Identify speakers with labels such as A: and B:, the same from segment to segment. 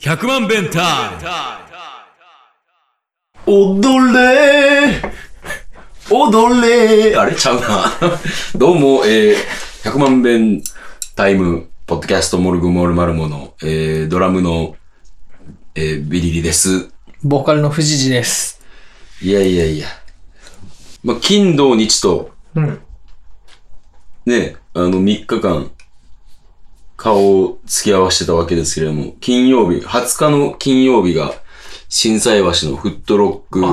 A: 100万弁タ
B: 踊れー踊れー
C: あれちゃうな。 どうも、えー、100万遍タイム、ポッドキャストモルグモルマルモの、えー、ドラムの、えー、ビリリです。
B: ボーカルの藤次です。
C: いやいやいや。まあ、金土日と、
B: うん。
C: ね、あの、3日間、顔を突き合わせてたわけですけれども、金曜日、20日の金曜日が、震災橋のフットロックビ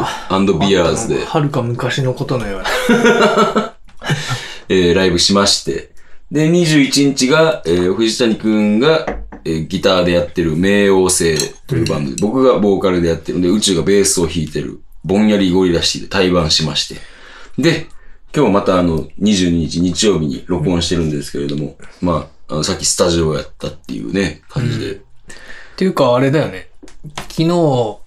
C: アーズで、
B: はるか昔のことのような。
C: えーライブしまして、で、21日が、えー藤谷くんが、えーギターでやってる冥王星というバンドで、僕がボーカルでやってるんで、宇宙がベースを弾いてる、ぼんやりゴリラシティで対バンしまして、で、今日またあの、22日日曜日に録音してるんですけれども、まあ、あの、さっきスタジオやったっていうね、感じで。
B: っていうか、あれだよね。昨日、来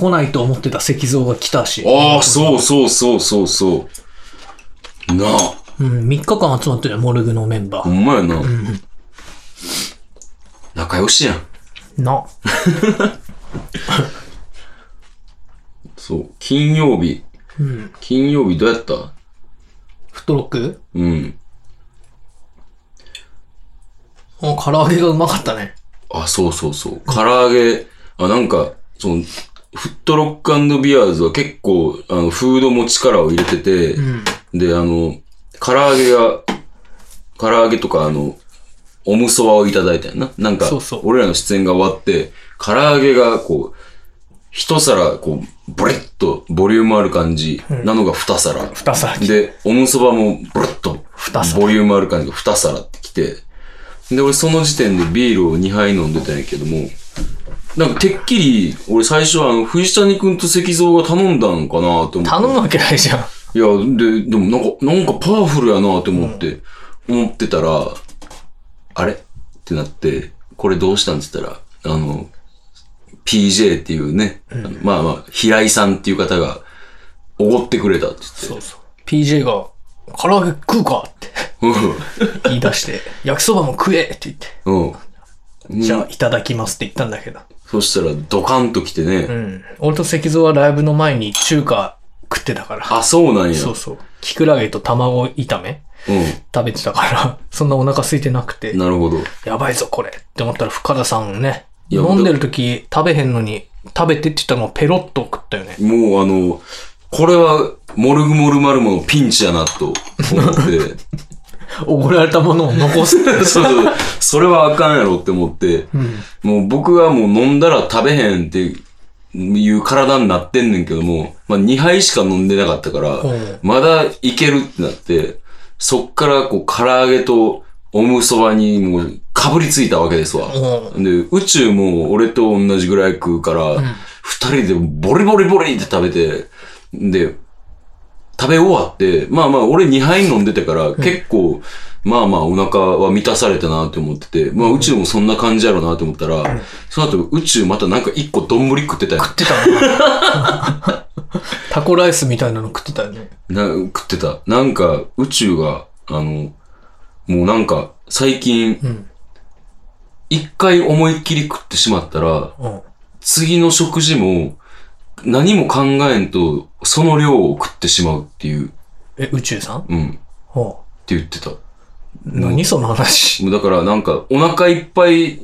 C: うん。
B: ないと思ってた石像が来たし。
C: ああ、そうそうそうそうそう。なあ。
B: うん、3日間集まってるよ、モルグのメンバ
C: ほ
B: ー。
C: んまやな。仲良しやん。
B: な。
C: そう。金曜日。
B: うん。
C: 金曜日どうやった
B: フットロック
C: うん。
B: お、唐揚げがうまかったね。
C: あ、そうそうそう。唐揚げ。あ、なんか、その、フットロックビアーズは結構、あの、フードも力を入れてて、
B: うん。
C: で、あの、唐揚げが、唐揚げとか、あの、おむそばをいただいたよな。なんか
B: そうそう、
C: 俺らの出演が終わって、唐揚げが、こう、一皿、こう、ブレッとボリュームある感じなのが二皿。
B: 二皿来
C: で、おむそばもブルッと、
B: 二皿
C: ボリュームある感じが2皿ってきて、で、俺その時点でビールを2杯飲んでたんやけども、なんかてっきり、俺最初はあの、藤谷くんと石像が頼んだんかなと思って。
B: 頼むわけないじゃん。
C: いや、で、でもなんか、なんかパワフルやなって思って、思ってたら、あれってなって、これどうしたんって言ったら、あの、PJ っていうね、あのまあまあ、平井さんっていう方が、おごってくれたって言って。
B: そうそう。PJ が、唐揚げ食うかって
C: うん
B: 言い出して、焼きそばも食えって言って、
C: うん。
B: じゃ
C: うん
B: あいただきますって言ったんだけど。
C: そしたらドカンと来てね。
B: うん。俺と石像はライブの前に中華食ってたから。
C: あ、そうなんや。
B: そうそう。キクラゲと卵炒め食べてたから、 そんなお腹空いてなくて
C: うん。、なるほど。
B: やばいぞこれって思ったら深田さんね、
C: いや
B: 飲んでる時食べへんのに、食べてって言ったのをペロッと食ったよね。
C: もうあの、これは、モルグモルマルモのピンチやな、と思って。
B: おごられたものを残 す。
C: そうそう。それはあかんやろって思って。もう僕はもう飲んだら食べへんっていう体になってんねんけども、まあ2杯しか飲んでなかったから
B: うん、
C: まだいけるってなって、そっからこう唐揚げとおむそばにもうかぶりついたわけですわ。
B: う
C: で、宇宙も俺と同じぐらい食うから、二、人でボリボリボリって食べて、で、食べ終わって、まあまあ俺2杯飲んでたから、結構、まあまあお腹は満たされたなって思ってて、まあ宇宙もそんな感じやろうなって思ったら、その後宇宙またなんか一個丼食ってたよ。
B: 食ってたな。タコライスみたいなの食ってたよね。
C: な食ってた。なんか宇宙が、あの、もうなんか最近
B: ん、
C: 一、回思いっきり食ってしまったら、
B: うん。
C: 次の食事も何も考えんとその量を食ってしまうっていう、
B: え、宇宙さん
C: うん、って
B: うん。
C: 言ってた。
B: 何その話。
C: もうだからなんかお腹いっぱい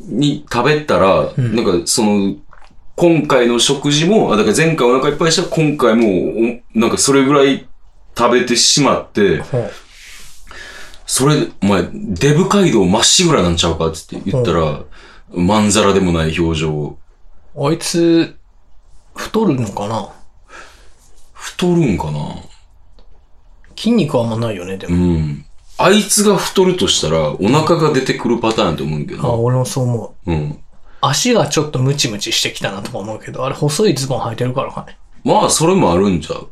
C: に食べたら、なんかその、今回の食事も、あ、だから前回お腹いっぱいしたら今回もお、なんかそれぐらい食べてしまって、
B: うん
C: それ、お前、デブ街道まっしぐらなんちゃうかって言ったら、まんざらでもない表情を。
B: あいつ、太るのかな
C: 太るんかな
B: 筋肉はあんまないよね、で
C: う
B: も。
C: ん。あいつが太るとしたら、お腹が出てくるパターンと思うんだけ
B: あ、
C: ど。
B: 俺もそう思う。
C: うん。
B: 足がちょっとムチムチしてきたなとか思うけど、あれ細いズボン履いてるからかね。
C: まあ、それもあるんじゃう。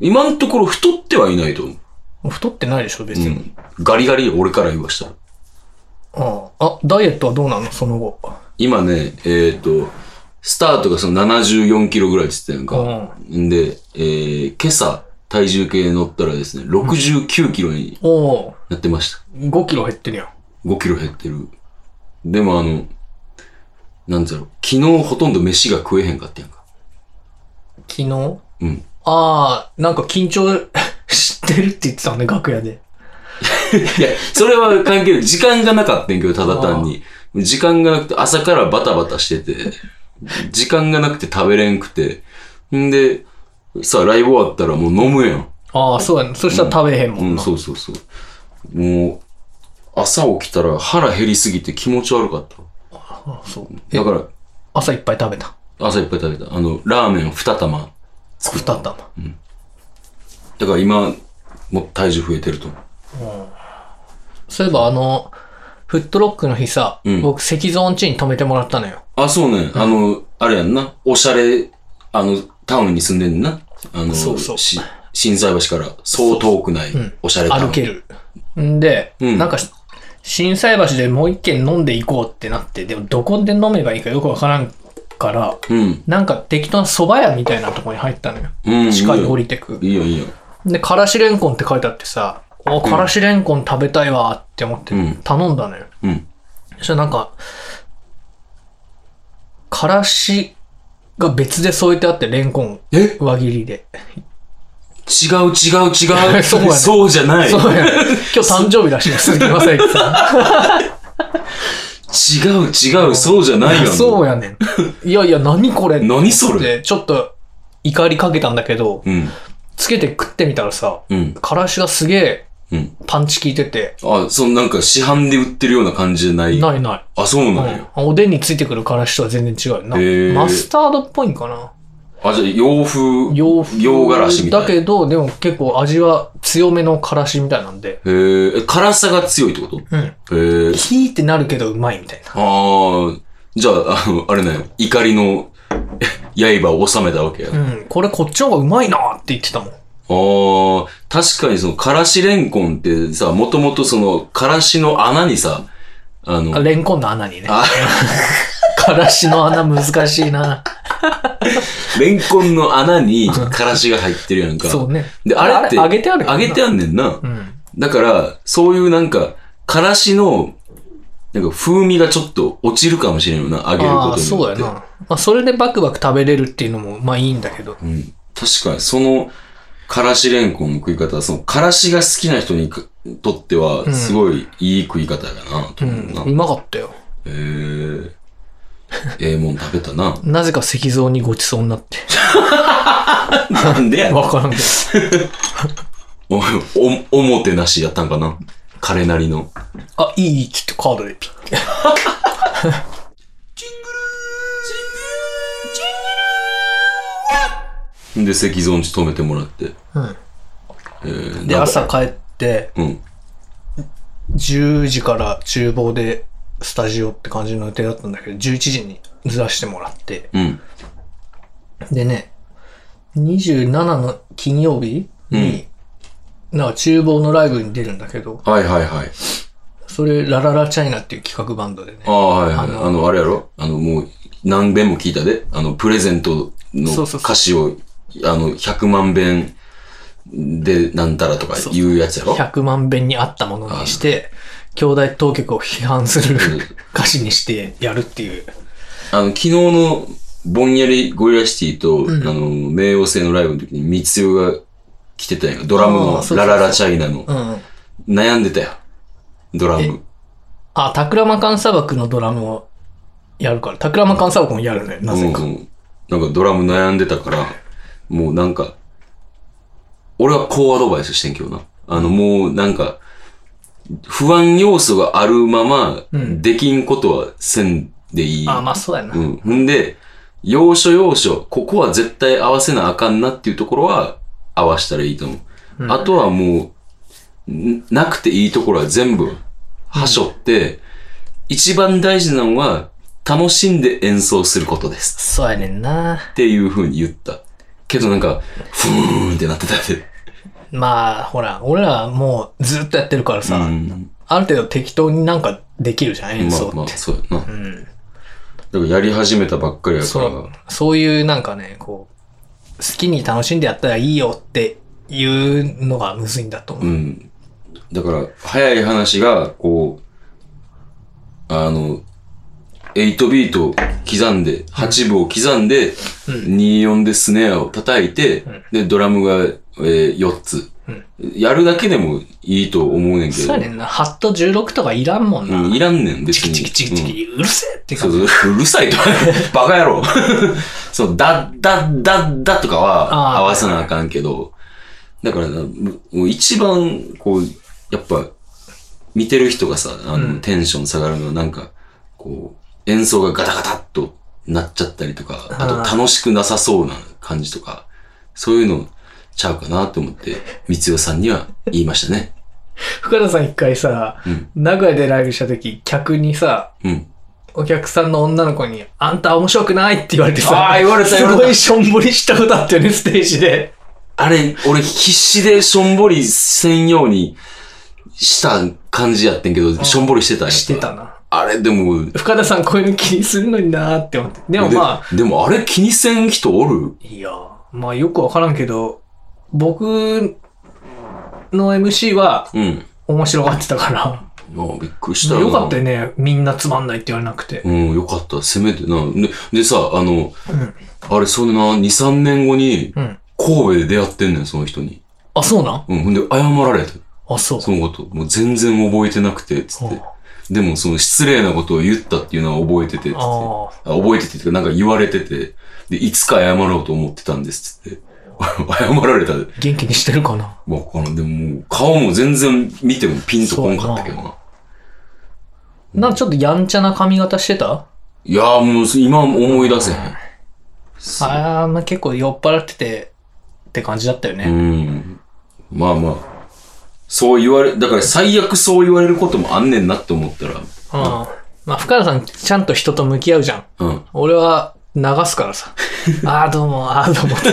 C: 今のところ太ってはいないと思う。
B: もう太ってないでしょ、別に。
C: う
B: うん。
C: ん。ガリガリ俺から言わしたら。
B: あ、ダイエットはどうなのその後。
C: 今ね、えっ、と、スタートがその74キロぐらいって言ってたやんか。んで、えー、今朝、体重計乗ったらですね、69キロに
B: おー、
C: なってました。
B: 5キロ減ってるやん。
C: 5キロ減ってる。でもあの、なんだろう、昨日ほとんど飯が食えへんかったやんか。
B: 昨日
C: うん。
B: ああ、なんか緊張 してるって言ってたね、楽屋で。
C: いや、それは関係ない。時間がなかったんやけど、ただ単に。時間がなくて、朝からバタバタしてて、時間がなくて食べれんくて。んで、さあ、ライブ終わったらもう飲むやん。
B: ああ、そうやね。そしたら食べへんも
C: うんん、
B: な。
C: そうそうそう。もう、朝起きたら腹減りすぎて気持ち悪かった。
B: あそうえ
C: だから、
B: 朝いっぱい食べた。
C: 朝いっぱい食べた。あの、ラーメン2玉。
B: 作ったんだも
C: だから今、もう体重増えてると思う。
B: そういえばあの、フットロックの日さ、
C: うん
B: 僕石像ん家に泊めてもらったのよ。
C: あ、そうね。あの、あれやんな。おしゃれ、あの、タウンに住んでんな。あの、
B: そうそう
C: し震災橋から、そう遠くない、おしゃれタウン。
B: 歩ける。んで、
C: うん
B: なんか、震災橋でもう一軒飲んでいこうってなって、でもどこで飲めばいいかよくわからんから、
C: うん。
B: なんか適当な蕎麦屋みたいなとこに入ったのよ。
C: うん。
B: 地下に降
C: り
B: りてく。
C: いいよ、いいよ。
B: で、からしれんこんって書いてあってさ、おからしれんこん食べたいわって思って
C: うん
B: 頼んだのよ。
C: うん。
B: そしたらなんか、からしが別で添えてあって、レンコン、
C: え
B: 輪切りで。
C: 違う、違う、違 う。
B: そうやね
C: そうじゃない。違
B: そうや。今日誕生日らしいです。すみません。
C: う、違う、そうじゃないやん。
B: そうやねん。いやいや、何これ
C: 何それ
B: で、ちょっと怒りかけたんだけど、
C: うん。
B: つけて食ってみたらさ、
C: うん。
B: からしがすげえ
C: うん。
B: パンチ効いてて、
C: あ、そのなんか市販で売ってるような感じじゃない。
B: ないない。
C: あ、そう
B: う
C: なんの、
B: おでんについてくるからしとは全然違うよな。
C: へー
B: マスタードっぽいんかな
C: あ、じゃあ洋風。
B: 洋風
C: 洋辛子みたいな。
B: だけど、でも結構味は強めのからしみたいなんで、
C: へーえ、辛さが強いってこと
B: うん。
C: へえ。
B: キーってなるけどうまいみたいな。
C: ああ、じゃあ、あの、あれね、怒りの 刃を収めたわけや。あ
B: うん。これこっちの方がうまいなって言ってたもん。
C: あ、確かにその、からしレンコンってさ、もともとその、からしの穴にさ、あの、
B: あレンコンの穴にね。
C: あ
B: からしの穴難しいな。
C: レンコンの穴に、からしが入ってるやんか。
B: そうね。
C: で、あれって、
B: あげてあるよ
C: 揚げてあんねんな。
B: うん。
C: だから、そういうなんか、からしの、なんか風味がちょっと落ちるかもしれんよな、揚げる
B: あ
C: こ
B: あ、
C: とによって。
B: そうやな。まあ、それでバクバク食べれるっていうのも、まあいいんだけど。
C: うん。確かに、その、からしれんこんの食い方は、その、からしが好きな人にかとっては、すごいいい食い方やな、と
B: う
C: 思うな。
B: ん。うまかったよ。。
C: えー、ええもん食べたな
B: なぜか石像にごちそうになって。
C: なんでや
B: わからんけど。
C: お、お、おもてなしやったんかな。彼なりの。
B: あ、いいっつってカードでピッて。
C: で、石像んち止めてもらって。
B: うん。
C: え
B: で、
C: ー、なんか
B: 朝帰って、
C: うん。
B: 10時から厨房でスタジオって感じの予定だったんだけど、11時にずらしてもらって。
C: うん。
B: でね、27の金曜日に、なんか厨房のライブに出るんだけど、
C: はいはいはい。
B: それ、ラララチャイナっていう企画バンドでね
C: あ。あ、はいはい。あ
B: あ
C: の、
B: の
C: あれやろあの、もう、何遍も聞いたで。あの、プレゼントの
B: そうそうそう
C: 歌詞を、あの、100万遍で、なんたらとか言うやつやろ
B: 100万遍にあったものにして、兄弟当局を批判する
C: ん
B: 歌詞にしてやるっていう。
C: あの、昨日の、ぼんやりゴリラシティと、あの、冥王星のライブの時に、三つ代が来てたやんかドラム
B: あ
C: の
B: ーそうそうそう
C: ラララチャイナの
B: う。ん。
C: 悩んでたよ。ドラム。
B: あ、タクラマカン砂漠のドラムをやるから、タクラマカン砂漠もやるね、なぜか。
C: うんうんなんかドラム悩んでたから、もうなんか、俺はこうアドバイスしてんけどな。あの、もうなんか、不安要素があるまま、
B: ん
C: できんことはせんでいい。
B: あ、まあそうやな。
C: うん。ほんで、要所要所、ここは絶対合わせなあかんなっていうところは、合わしたらいいと思う。あとはもう、んなくていいところは全部、はしょって、一番大事なのは、楽しんで演奏することです。
B: そうやねんな。
C: っていう風に言った。けどなんか、ふーんってなってたで。
B: まあ、ほら、俺らもうずっとやってるからさ、
C: うん。
B: ある程度適当になんかできるじゃん、演
C: ま
B: 奏っ
C: あ
B: て。
C: まあ、そうやな。
B: うん。
C: だからやり始めたばっかりやか
B: そ
C: ら。
B: う、そういうなんかね、こう、好きに楽しんでやったらいいよって言うのがむずいんだと
C: う
B: 思う。
C: ん。だから、早い話が、こう、あの、8ビートを刻んで、8部を刻んで、24でスネアを叩いて、で、ドラムが、えー4つ、やるだけでもいいと思うねんけ
B: そう
C: ど
B: や。ねんな。ハット16とかいらんもんな。
C: うん、いらんねん、別
B: チキ
C: に。
B: チキチキチ
C: うん
B: キ、うるせえって
C: そ
B: 感じ。
C: うそう、うるさい と。バカ野郎。そう、だ、だ、だ、だとか
B: あ
C: は
B: ー
C: 合わせなあかんけど、だからな、もう一番、こう、やっぱ、見てる人がさ、あの、テンション下がるのはなんか、こう、演奏がガタガタっとなっちゃったりとか、あ
B: あ
C: と楽しくなさそうな感じとか、そういうのちゃうかなと思って、三代さんには言いましたね。
B: 深田さん一回さ、
C: うん
B: 名古屋でライブした時、客にさ、
C: うん。
B: お客さんの女の子に、あんた面白くないって言われてさ、
C: あー言われた
B: す
C: 言われた
B: ごいしょんぼりした歌あったよ ね、ステージで。
C: あれ、俺必死でしょんぼりせんようにした感じやってんけど、しょんぼりしてたんやっぱ
B: してた。な。
C: あれ、でも、
B: 深田さんこういうの気にするのになーって思って。でもまあ、
C: ででもあれ気にせん人おる
B: いやー、まあよくわからんけど、僕の MC は
C: うん。
B: 面白がってたから、
C: あびっくりした
B: よかった
C: よ。
B: よね、みんなつまんないって言われなくて。
C: うん、よかった。せめてな。で、でさ、あの、
B: うん。
C: あれ、それな、2、3年後に、
B: うん。
C: 神戸で出会ってんねん、その人に。
B: あ、そうなん
C: うん、ほんで、謝られた。
B: あ、そう。
C: そのこと。もう全然覚えてなくて、つって
B: は。
C: でも、その失礼なことを言ったっていうのは覚えてて、つって。
B: あ
C: あ覚えててっていうか、なんか言われてて、で、いつか謝ろうと思ってたんですっつって。 謝られたで。
B: あ、元気にしてるかな。
C: わからん。でももう、顔も全然見てもピンとこんかったけどな。
B: なんかちょっとやんちゃな髪型してた
C: いやーもう、今思い出せへん。
B: あー、まあ結構酔っ払ってて、って感じだったよ
C: う
B: ね。
C: ん。まあまあ。そう言われ、だから最悪そう言われることもあんねんなって思ったら、
B: うん。まあ深田さん、ちゃんと人と向き合うじゃん。
C: うん。
B: 俺は流すから さ。あーどうも、あーどうもって。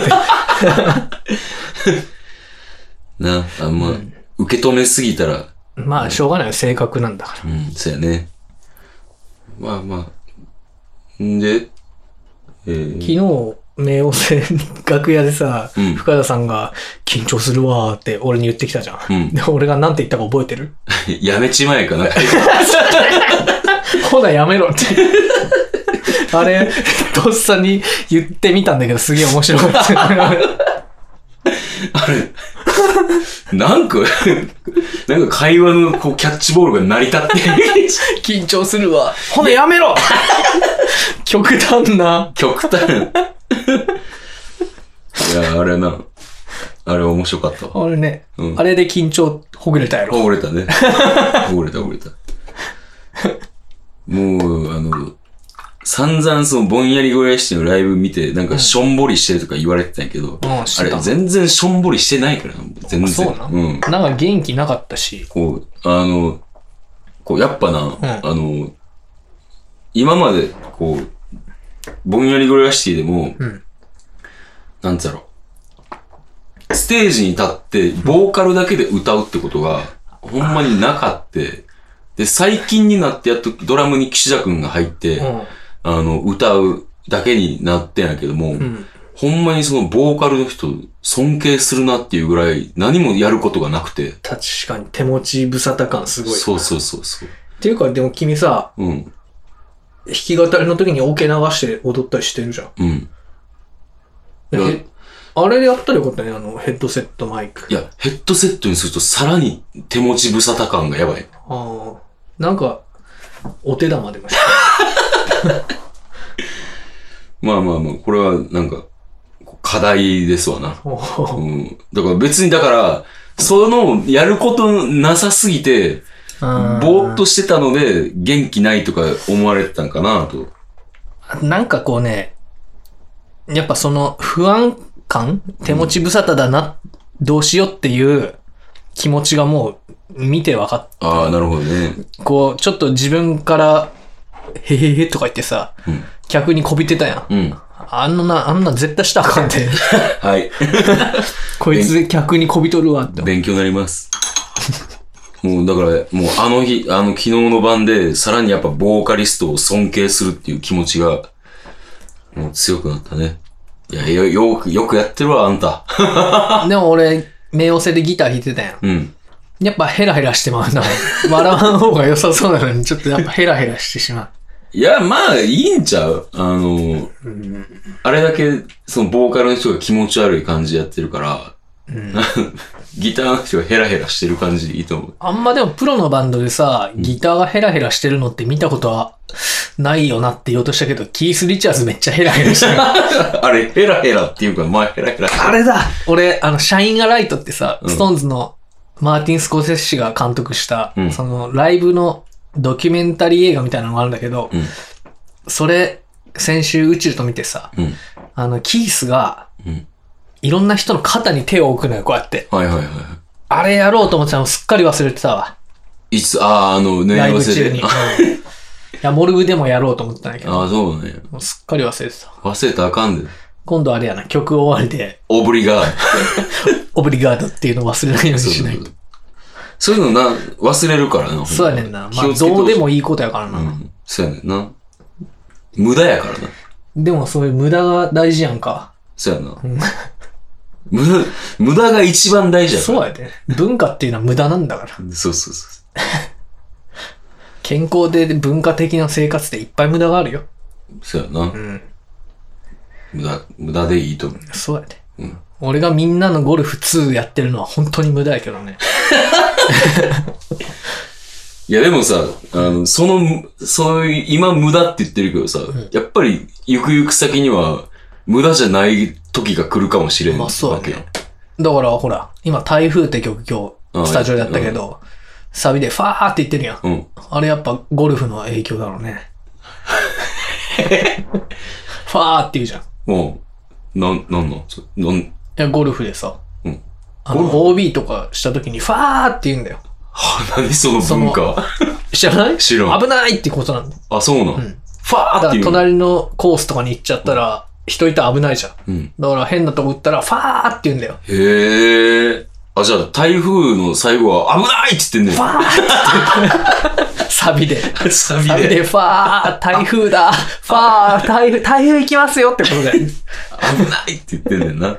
C: な、あんま、受け止めすぎたら、
B: まあ、しょうがないよ、性格なんだから。
C: うん、そうやね。まあまあ。んで、 えー、
B: 昨日、冥王星楽屋でさ、
C: うん
B: 深田さんが、緊張するわーって俺に言ってきたじゃん。
C: うん
B: で、俺が何て言ったか覚えてる
C: やめちまえかな。
B: ほな、やめろって。あれ、とっさに言ってみたんだけど、すげえ面白かった。
C: あれ、なんか、なんか会話のこうキャッチボールが成り立って、
B: 緊張するわ。ほな、やめろ 極端な。
C: 極端。いや、あれな、あれ面白かったわ。
B: あれね、
C: うん
B: あれで緊張ほぐれたやろ。
C: ほぐれたね。ほぐれた、ほぐれた。もう、あの、散々そのぼんやりごやしてのライブ見て、なんかしょんぼりしてるとか言われてたんやけ
B: ん
C: ど、あ
B: して
C: れ
B: た
C: 全然しょんぼりしてないからな、全然。
B: そうな、
C: うん
B: ん、なんか元気なかったし。
C: こう、あの、こう、やっぱな、あの、今まで、こう、ぼんやりゴリラシティでも、
B: うん
C: なんつうやろ、ステージに立って、ボーカルだけで歌うってことが、ほんまになかって、で、最近になってやっとドラムに岸田くんが入って、
B: うん。
C: あの、歌うだけになってんやけども、
B: ん
C: ほんまにそのボーカルの人尊敬するなっていうぐらい何もやることがなくて、
B: 確かに手持ち無沙汰感すごい。
C: そうそうそうそ
B: っ
C: う。
B: ていうか、でも君さ、
C: うん。
B: 弾き語りの時にオ、ケ流して踊ったりしてるじゃん。
C: うん。いや
B: えあれでやったらよかったね、あの、ヘッドセットマイク。
C: いや、ヘッドセットにするとさらに手持ち無沙汰感がやばい。
B: ああ。なんか、お手玉でもした。
C: まあまあまあ、これはなんか、こう課題ですわな。
B: おー
C: うん。だから別に、だから、その、やることなさすぎて、ぼーっとしてたので、元気ないとか思われてたんかなと。
B: なんかこうね、やっぱその不安感手持ち無沙汰だな、どうしようっていう気持ちがもう見て分かっ
C: ああ、なるほどね。
B: こう、ちょっと自分から、へへへとか言ってさ、
C: うん
B: 客にこびてたやん。
C: うん。
B: あんな、あんな絶対したらあかん で。
C: はい。
B: こいつ客にこびとるわって思う。
C: 勉強になります。 もうだから、もうあの日、あの昨日の晩で、さらにやっぱボーカリストを尊敬するっていう気持ちが、もう強くなったね。いや、よ、よく、よくやってるわ、あんた。
B: でも俺、冥王星でギター弾いてたやん。
C: うん。
B: やっぱヘラヘラしてまうな。笑わん方が良さそうなのに、ちょっとやっぱヘラヘラしてしま
C: いや、まあ、いいんちゃうあの、
B: う。うん。
C: あれだけ、その、ボーカルの人が気持ち悪い感じでやってるから、
B: うん、
C: ギターの人がヘラヘラしてる感じでいいと思う。
B: あんまでもプロのバンドでさ、ギターがヘラヘラしてるのって見たことはないよなって言おうとしたけど、キース・リチャーズめっちゃヘラヘラ してる。
C: あれ、ヘラヘラっていうか、まあ、ヘラヘラしてる。
B: あれだ俺、あの、シャインアライトってさ、
C: うん
B: ストーンズのマーティン・スコーセッシが監督した、
C: うん
B: そのライブのドキュメンタリー映画みたいなのがあるんだけど、
C: うん
B: それ、先週宇宙と見てさ、
C: うん。
B: あの、キースが、
C: うん
B: いろんな人の肩に手を置くのよ、こうやって。
C: はいはいはいは
B: あれやろうと思ってたのすっかり忘れてたわ。
C: い。いつ、ああ、あの、縫い
B: ライ
C: 合わ
B: ブ
C: せ
B: 中に。
C: で
B: うん。いや、モルグでもやろうと思ってたんだけど、
C: ああ、そうね。
B: もうすっかり忘れてた。
C: 忘れたらあかんで。
B: 今度あれやな、曲終わりで、
C: オブリガード。
B: オブリガードっていうの忘れないようにしないと。
C: そういうのな、忘れるからな。
B: そうやねんな。ま
C: 気
B: あ、
C: をつけてほしい
B: どうでもいいことやからな。
C: うん。そうやねんな。無駄やからな。
B: でもそういう無駄が大事やんか。
C: そうやな。無駄、無駄が一番大事やから。
B: そうやで。文化っていうのは無駄なんだから。
C: そうそうそ
B: 健康で文化的な生活っていっぱい無駄があるよ。
C: う。そうやな
B: う。ん。
C: 無駄、無駄でいいと思う。
B: そうやで。
C: うん
B: 俺がみんなのゴルフ2やってるのは本当に無駄やけどね。
C: いやでもさ、あの、その、そういう、今無駄って言ってるけどさ、やっぱり、ゆくゆく先には、無駄じゃない時が来るかもしれん
B: まあそうやね
C: わけ
B: だからほら、今台風って曲今
C: あ
B: 日スタジオでやったけど、サビでファーって言ってるやん。
C: やんうん。
B: あれやっぱゴルフの影響だろう ね。ファーって言うじゃん。い
C: もう、なん、なんなんそなん、
B: や、ゴルフでさ、
C: うん。
B: あ
C: ゴルフ
B: の OB とかした時にファーって言うんだよ。
C: は、何その文化は。
B: 知らない
C: 知らん
B: 危ないってことなんだよ。
C: あ、そうなん。
B: ん
C: ファー
B: だか
C: って
B: ら
C: いう。
B: 隣のコースとかに行っちゃったら、人いたら危ないじゃん。
C: うん。
B: だから変なとこ打ったら、ファーって言うんだよ。
C: へえ。あ、じゃあ、台風の最後は、危ないって言ってんねん。
B: ファーって言ってサ ビで。
C: サビ
B: サビで、ファー、台風だ、ファー、台風、台風行きますよってことだよ。
C: 危ないって言ってんねんな。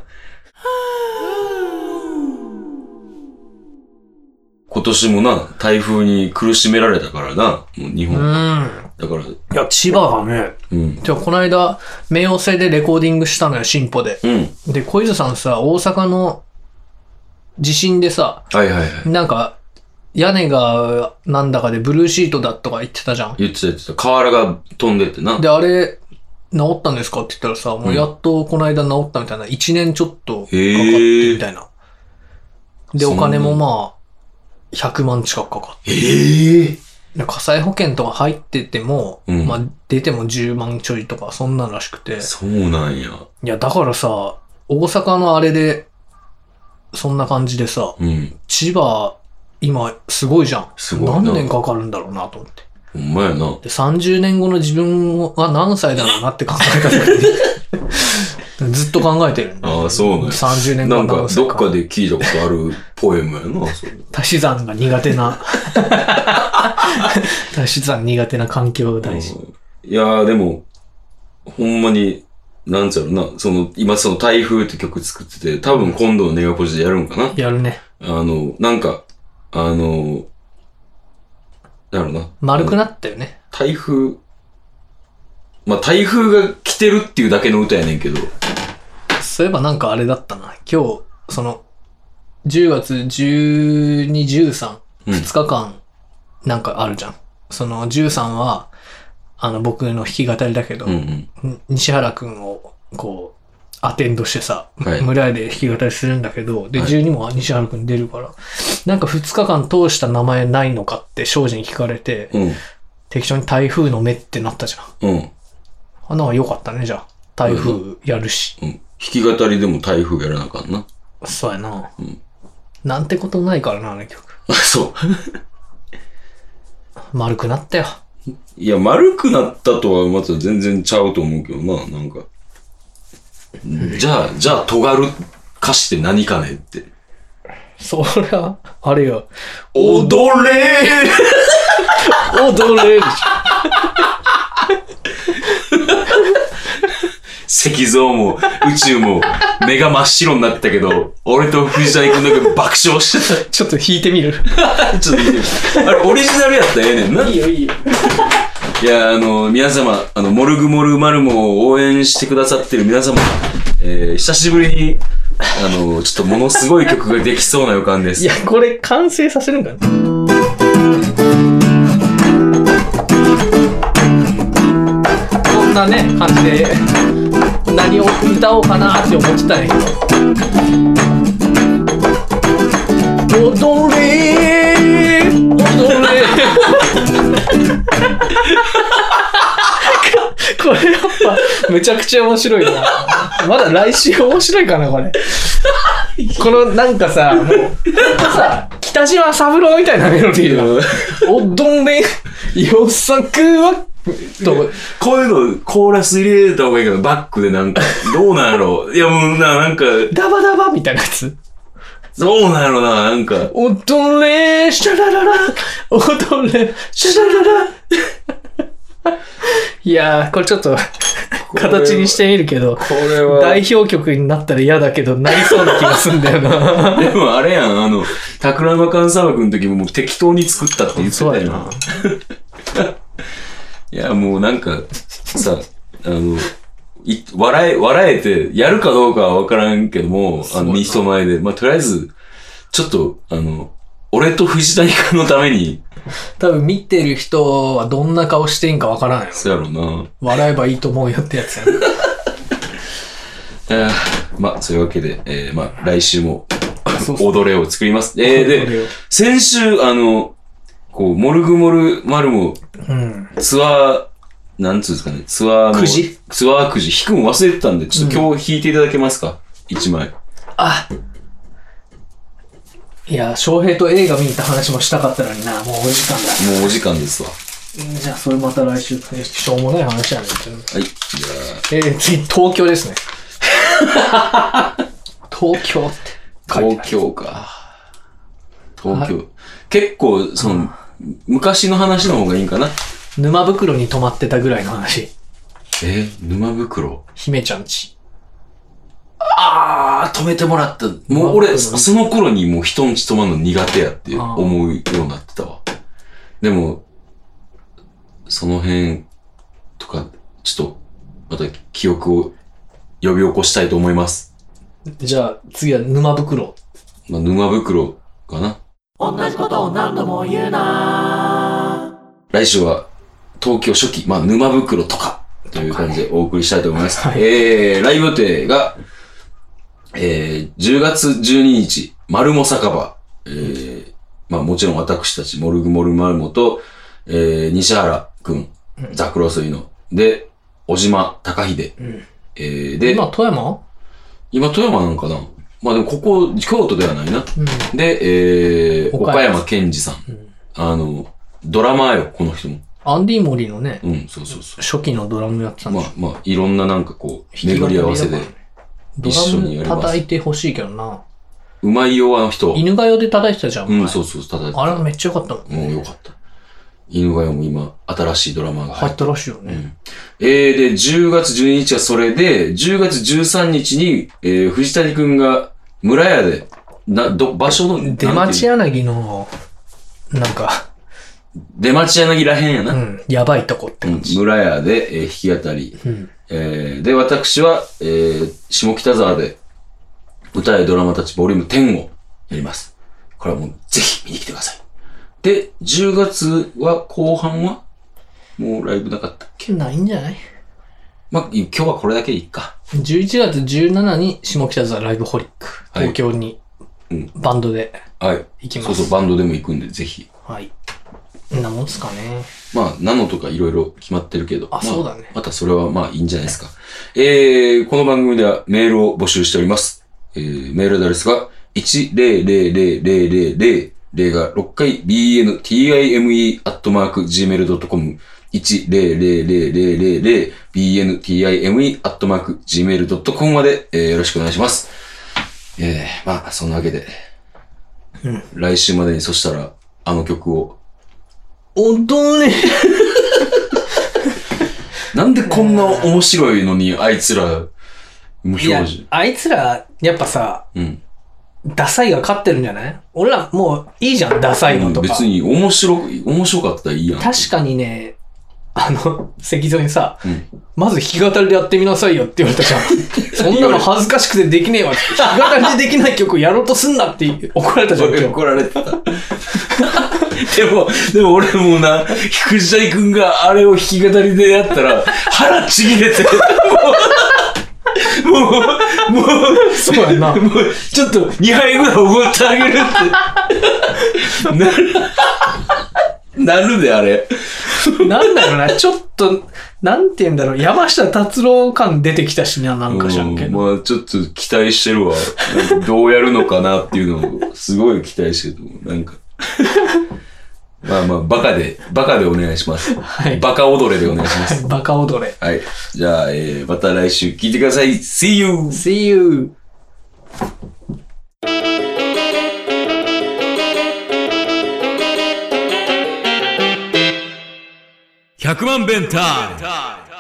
C: 今年もな、台風に苦しめられたからな、もう日
B: う
C: 本。
B: ん。
C: だから、
B: いや、千葉がね。
C: うん。
B: じゃあ、この間、冥王星でレコーディングしたのよ、進歩で。
C: うん。
B: で、小泉さんさ、大阪の地震でさ、
C: はいはいはい。
B: なんか、屋根がなんだかでブルーシートだとか言ってたじゃん。
C: 言ってた言ってた。瓦が飛んでってな。
B: で、あれ、治ったんですかって言ったらさ、もううんやっとこの間治ったみたいな、1年ちょっとかかって
C: へー
B: みたいな。で、
C: そん
B: お
C: な
B: 金もまあ、100万近くかかっ
C: ええ
B: て。で火災保険とか入ってても、
C: うん
B: まあ出ても10万ちょいとか、そんなんらしくて。
C: そうなんや。
B: いや、だからさ、大阪のあれで、そんな感じでさ、
C: うん。
B: 千葉、今、すごいじゃん。
C: すごいな
B: 何年かかるんだろうなと思って。
C: ほんまやな。
B: で、30年後の自分は何歳だろうなって考えた時に、 ずっと考えてるんだよ
C: ああそうなんや
B: 30年
C: な
B: 後
C: ん
B: の
C: か
B: 何、歳
C: どっ
B: か。
C: かで聞いたことあるポエムやな、それ
B: 足し算が苦手 な、足し算苦手な環境大事。
C: うんいやーでも、ほんまに、なんちゃろな、その、今その台風って曲作ってて、多分今度のネガポジでやるんかな。
B: やるね。
C: あの、なんか、あの、なんやろな。
B: 丸くなったよね。
C: 台風、まあ、台風が来てるっていうだけの歌やねんけど、
B: そういえばなんかあれだったな。今日、その、10月12、13、
C: うん
B: 2日間、なんかあるじゃん。その13は、あの僕の弾き語りだけど、
C: うんうん。
B: に西原くんをこうアテンドしてさ、
C: はい
B: 村屋で弾き語りするんだけどで
C: はい
B: 12も西原くん出るから、なんか2日間通した名前ないのかって庄司に聞かれて、
C: うん。
B: 適当に台風の目ってなったじゃん
C: うん。うん。
B: あなんか良かったねじゃあ台風やるし、
C: 弾き語りでも台風やらなあかんな。
B: そうやな、
C: うん
B: なんてことないからなあの曲
C: あそう。
B: 丸くなったよ
C: いや、丸くなったとはまた全然ちゃうと思うけどな、なんか。じゃあ、じゃあ、尖る歌詞って何かねって。
B: そりゃあれよ
C: 踊れ ー
B: 踊れる
C: 青石像も宇宙も目が真っ白になったけど、俺と藤谷君だけ爆笑して
B: ちょっと引いてみる。
C: た。ちょっと見てみてあれ、オリジナルやったらええねんな。
B: いいよいいよ。
C: いや、あの、皆様、あの、モルグモルマルモを応援してくださってる皆様、えー、久しぶりに、あの、ちょっとものすごい曲ができそうな予感で
B: い
C: す。
B: や、これ完成させるんかなこんなね、感じで、何を歌おうかなって思ってたんやけど。踊れー踊れーこれやっぱ、むちゃくちゃ面白いな。まだ来週面白いかな、これ。このなんかさ、もう、さ、北島三郎みたいなメロディーだ。おどんで予測は、と、
C: こういうの、コーラス入れた方がいいけど、バックでなんか、どうなんやろう。いや、もうな、なんか、
B: ダバダバみたいなやつ。
C: どうなんやろうな、な んか。
B: おどれ、シャラララ、おどれ、シャラララ。いやー、これちょっと、形にしてみるけど、
C: これは
B: 代表曲になったら嫌だけど、なりそうな気がすんだよな。
C: でもあれやん、あの、桜間勘沢君の時ももう適当に作ったって言ってた
B: そう
C: や
B: や
C: な
B: な。。
C: いや、もうなんか、さ、あの、い笑え、笑えて、やるかどうかはわからんけども、あの、人前で、まあ、とりあえず、ちょっと、あの、俺と藤谷君のために、
B: 多分見てる人はどんな顔していいんかわからんよ。
C: そうやろうな。
B: 笑えばいいと思うよってやつやな。
C: えーまあ、そういうわけで、えーまあ、来週も、
B: そうそう
C: 踊れを作ります。え
B: 踊
C: ー
B: れを
C: で、先週、あの、こう、モルグモルマルも、
B: うん。
C: ツアー、なんつうんですかね、ツアーの、
B: くじ
C: ツアーくじ、弾くん忘れてたんで、ちょっと今日弾いていただけますか一、枚。
B: あいや、翔平と映画見に行った話もしたかったのにな、もうお時間だ。
C: もうお時間ですわ。
B: じゃあ、それまた来週、しょうもない話やねんけど
C: はい。じ
B: えー、次、東京 ですね。東京って
C: ゃあ、
B: 書いてある。
C: 東京か。東京。結構、その、昔の話の方がいいんかな。
B: 沼袋に泊まってたぐらいの話。
C: えー沼袋。
B: 姫ちゃんち。
C: あー、止めてもらった。もう俺、
B: 沼袋
C: その頃にもう人んち泊まるの苦手やって思うようになってたわ。でも、その辺とか、ちょっと、また記憶を呼び起こしたいと思います。
B: じゃあ、次は沼袋。
C: まあ、沼袋かな。同じことを何度も言うな来週は、東京初期、まあ、沼袋とか、という感じでお送りしたいと思います。
B: はい
C: えー、ライブ予定が、えー、10月12日、丸も酒場、えー、まあもちろん私たち、モルグモルマルモと、えー、西原くん、ザクロソイの、で、小島高秀、
B: ん
C: えー、で、
B: 今、富山
C: 今富山なんかなまあでもここ、京都ではないな。
B: うん。
C: で、えー、岡
B: 岡山
C: 山健二さん。
B: うん
C: あの、ドラマーよ、この人も。
B: アンディ・モリーのね、
C: うん、そうそうそ
B: 初期のドラムやってた
C: う。
B: ん
C: ま
B: で
C: あまあ、いろんななんかこう、巡り合わせで
B: 弾き語りだからね。
C: 一緒に
B: ド
C: やります
B: ラム叩いてほしいけどな。
C: うまいよ、あの人。
B: 犬が代で叩いてたじゃん。
C: う
B: 前
C: ん、そうそう、ただ、
B: あれめっちゃ良かったもん、
C: もうよかった。犬がよも今、新しいドラマーが入
B: 入
C: っ。
B: ってたらしいよね。
C: えー、で、10月12日はそれで、10月13日に、えー、藤谷くんが、村屋で、な、ど、場所の、
B: 出
C: なんて
B: 町
C: いう
B: 柳の、なんか、
C: 出町柳らへんやな。
B: うん、やばいとこって感じ。
C: 村屋で、えー弾き語り。
B: うん。
C: えーで、私は、えー下北沢で、歌やドラマたちボリューム10をやります。これはもうぜひ見に来てください。で、10月は、後半は、もうライブなかった。
B: ないんじゃない
C: まあ、今日はこれだけでいいか。
B: ?11 月17に下北沢ライブホリック。
C: はい
B: 東京に
C: うん、
B: バンドで
C: はい。
B: 行きます。
C: そうそう、バンドでも行くんで、ぜひ。
B: はい。んなもんすかね。
C: まあ、ナノとかいろいろ決まってるけど。
B: あ
C: ま
B: そうだね
C: またそれはまあいいんじゃないですか。えー、この番組ではメールを募集しております。えー、メールアドレスが、1000000、0が6回 bntime.gmail.com、1000000、bntime.gmail.com まで、えーよろしくお願いします。えー、まあ、そんなわけで、来週までにそしたら、あの曲を、
B: 本当に
C: なんでこんな面白いのにあいつら無
B: いや
C: 表情。、
B: あいつら、やっぱさ、
C: うん。
B: ダサいが勝ってるんじゃない俺らもういいじゃん、ダサいのとか。
C: 別に面白く、面白かったらいいやん。
B: 確かにね、あの、石像にさ、
C: うん
B: まず弾き語りでやってみなさいよって言われた じゃん。そんなの恥ずかしくてできねえわって。弾き語りでできない曲やろうとすんなって怒られたじゃん、今日。
C: 怒られて た。でも、でも俺もな、藤谷くんがあれを弾き語りでやったら、腹ちぎれて、 もう、もう、もう、
B: そうやんな。
C: もう、ちょっと2杯ぐらいおごってあげるって。なる、なるで、あれ。
B: なんだろうな、ちょっと、なんて言うんだろう、山下達郎感出てきたしな、なんかしらんけ
C: う
B: ど。
C: んまあちょっと期待してるわ。なんかどうやるのかなっていうのを、すごい期待してると思う。なん か。まあまあ、バカで、バカでお願いします。
B: はい
C: バカ踊れでお願いしま す。
B: バカ踊れ。
C: はい。じゃあ、えー、また来週聞いてください。See you!
B: See you!
A: !100 万弁タイム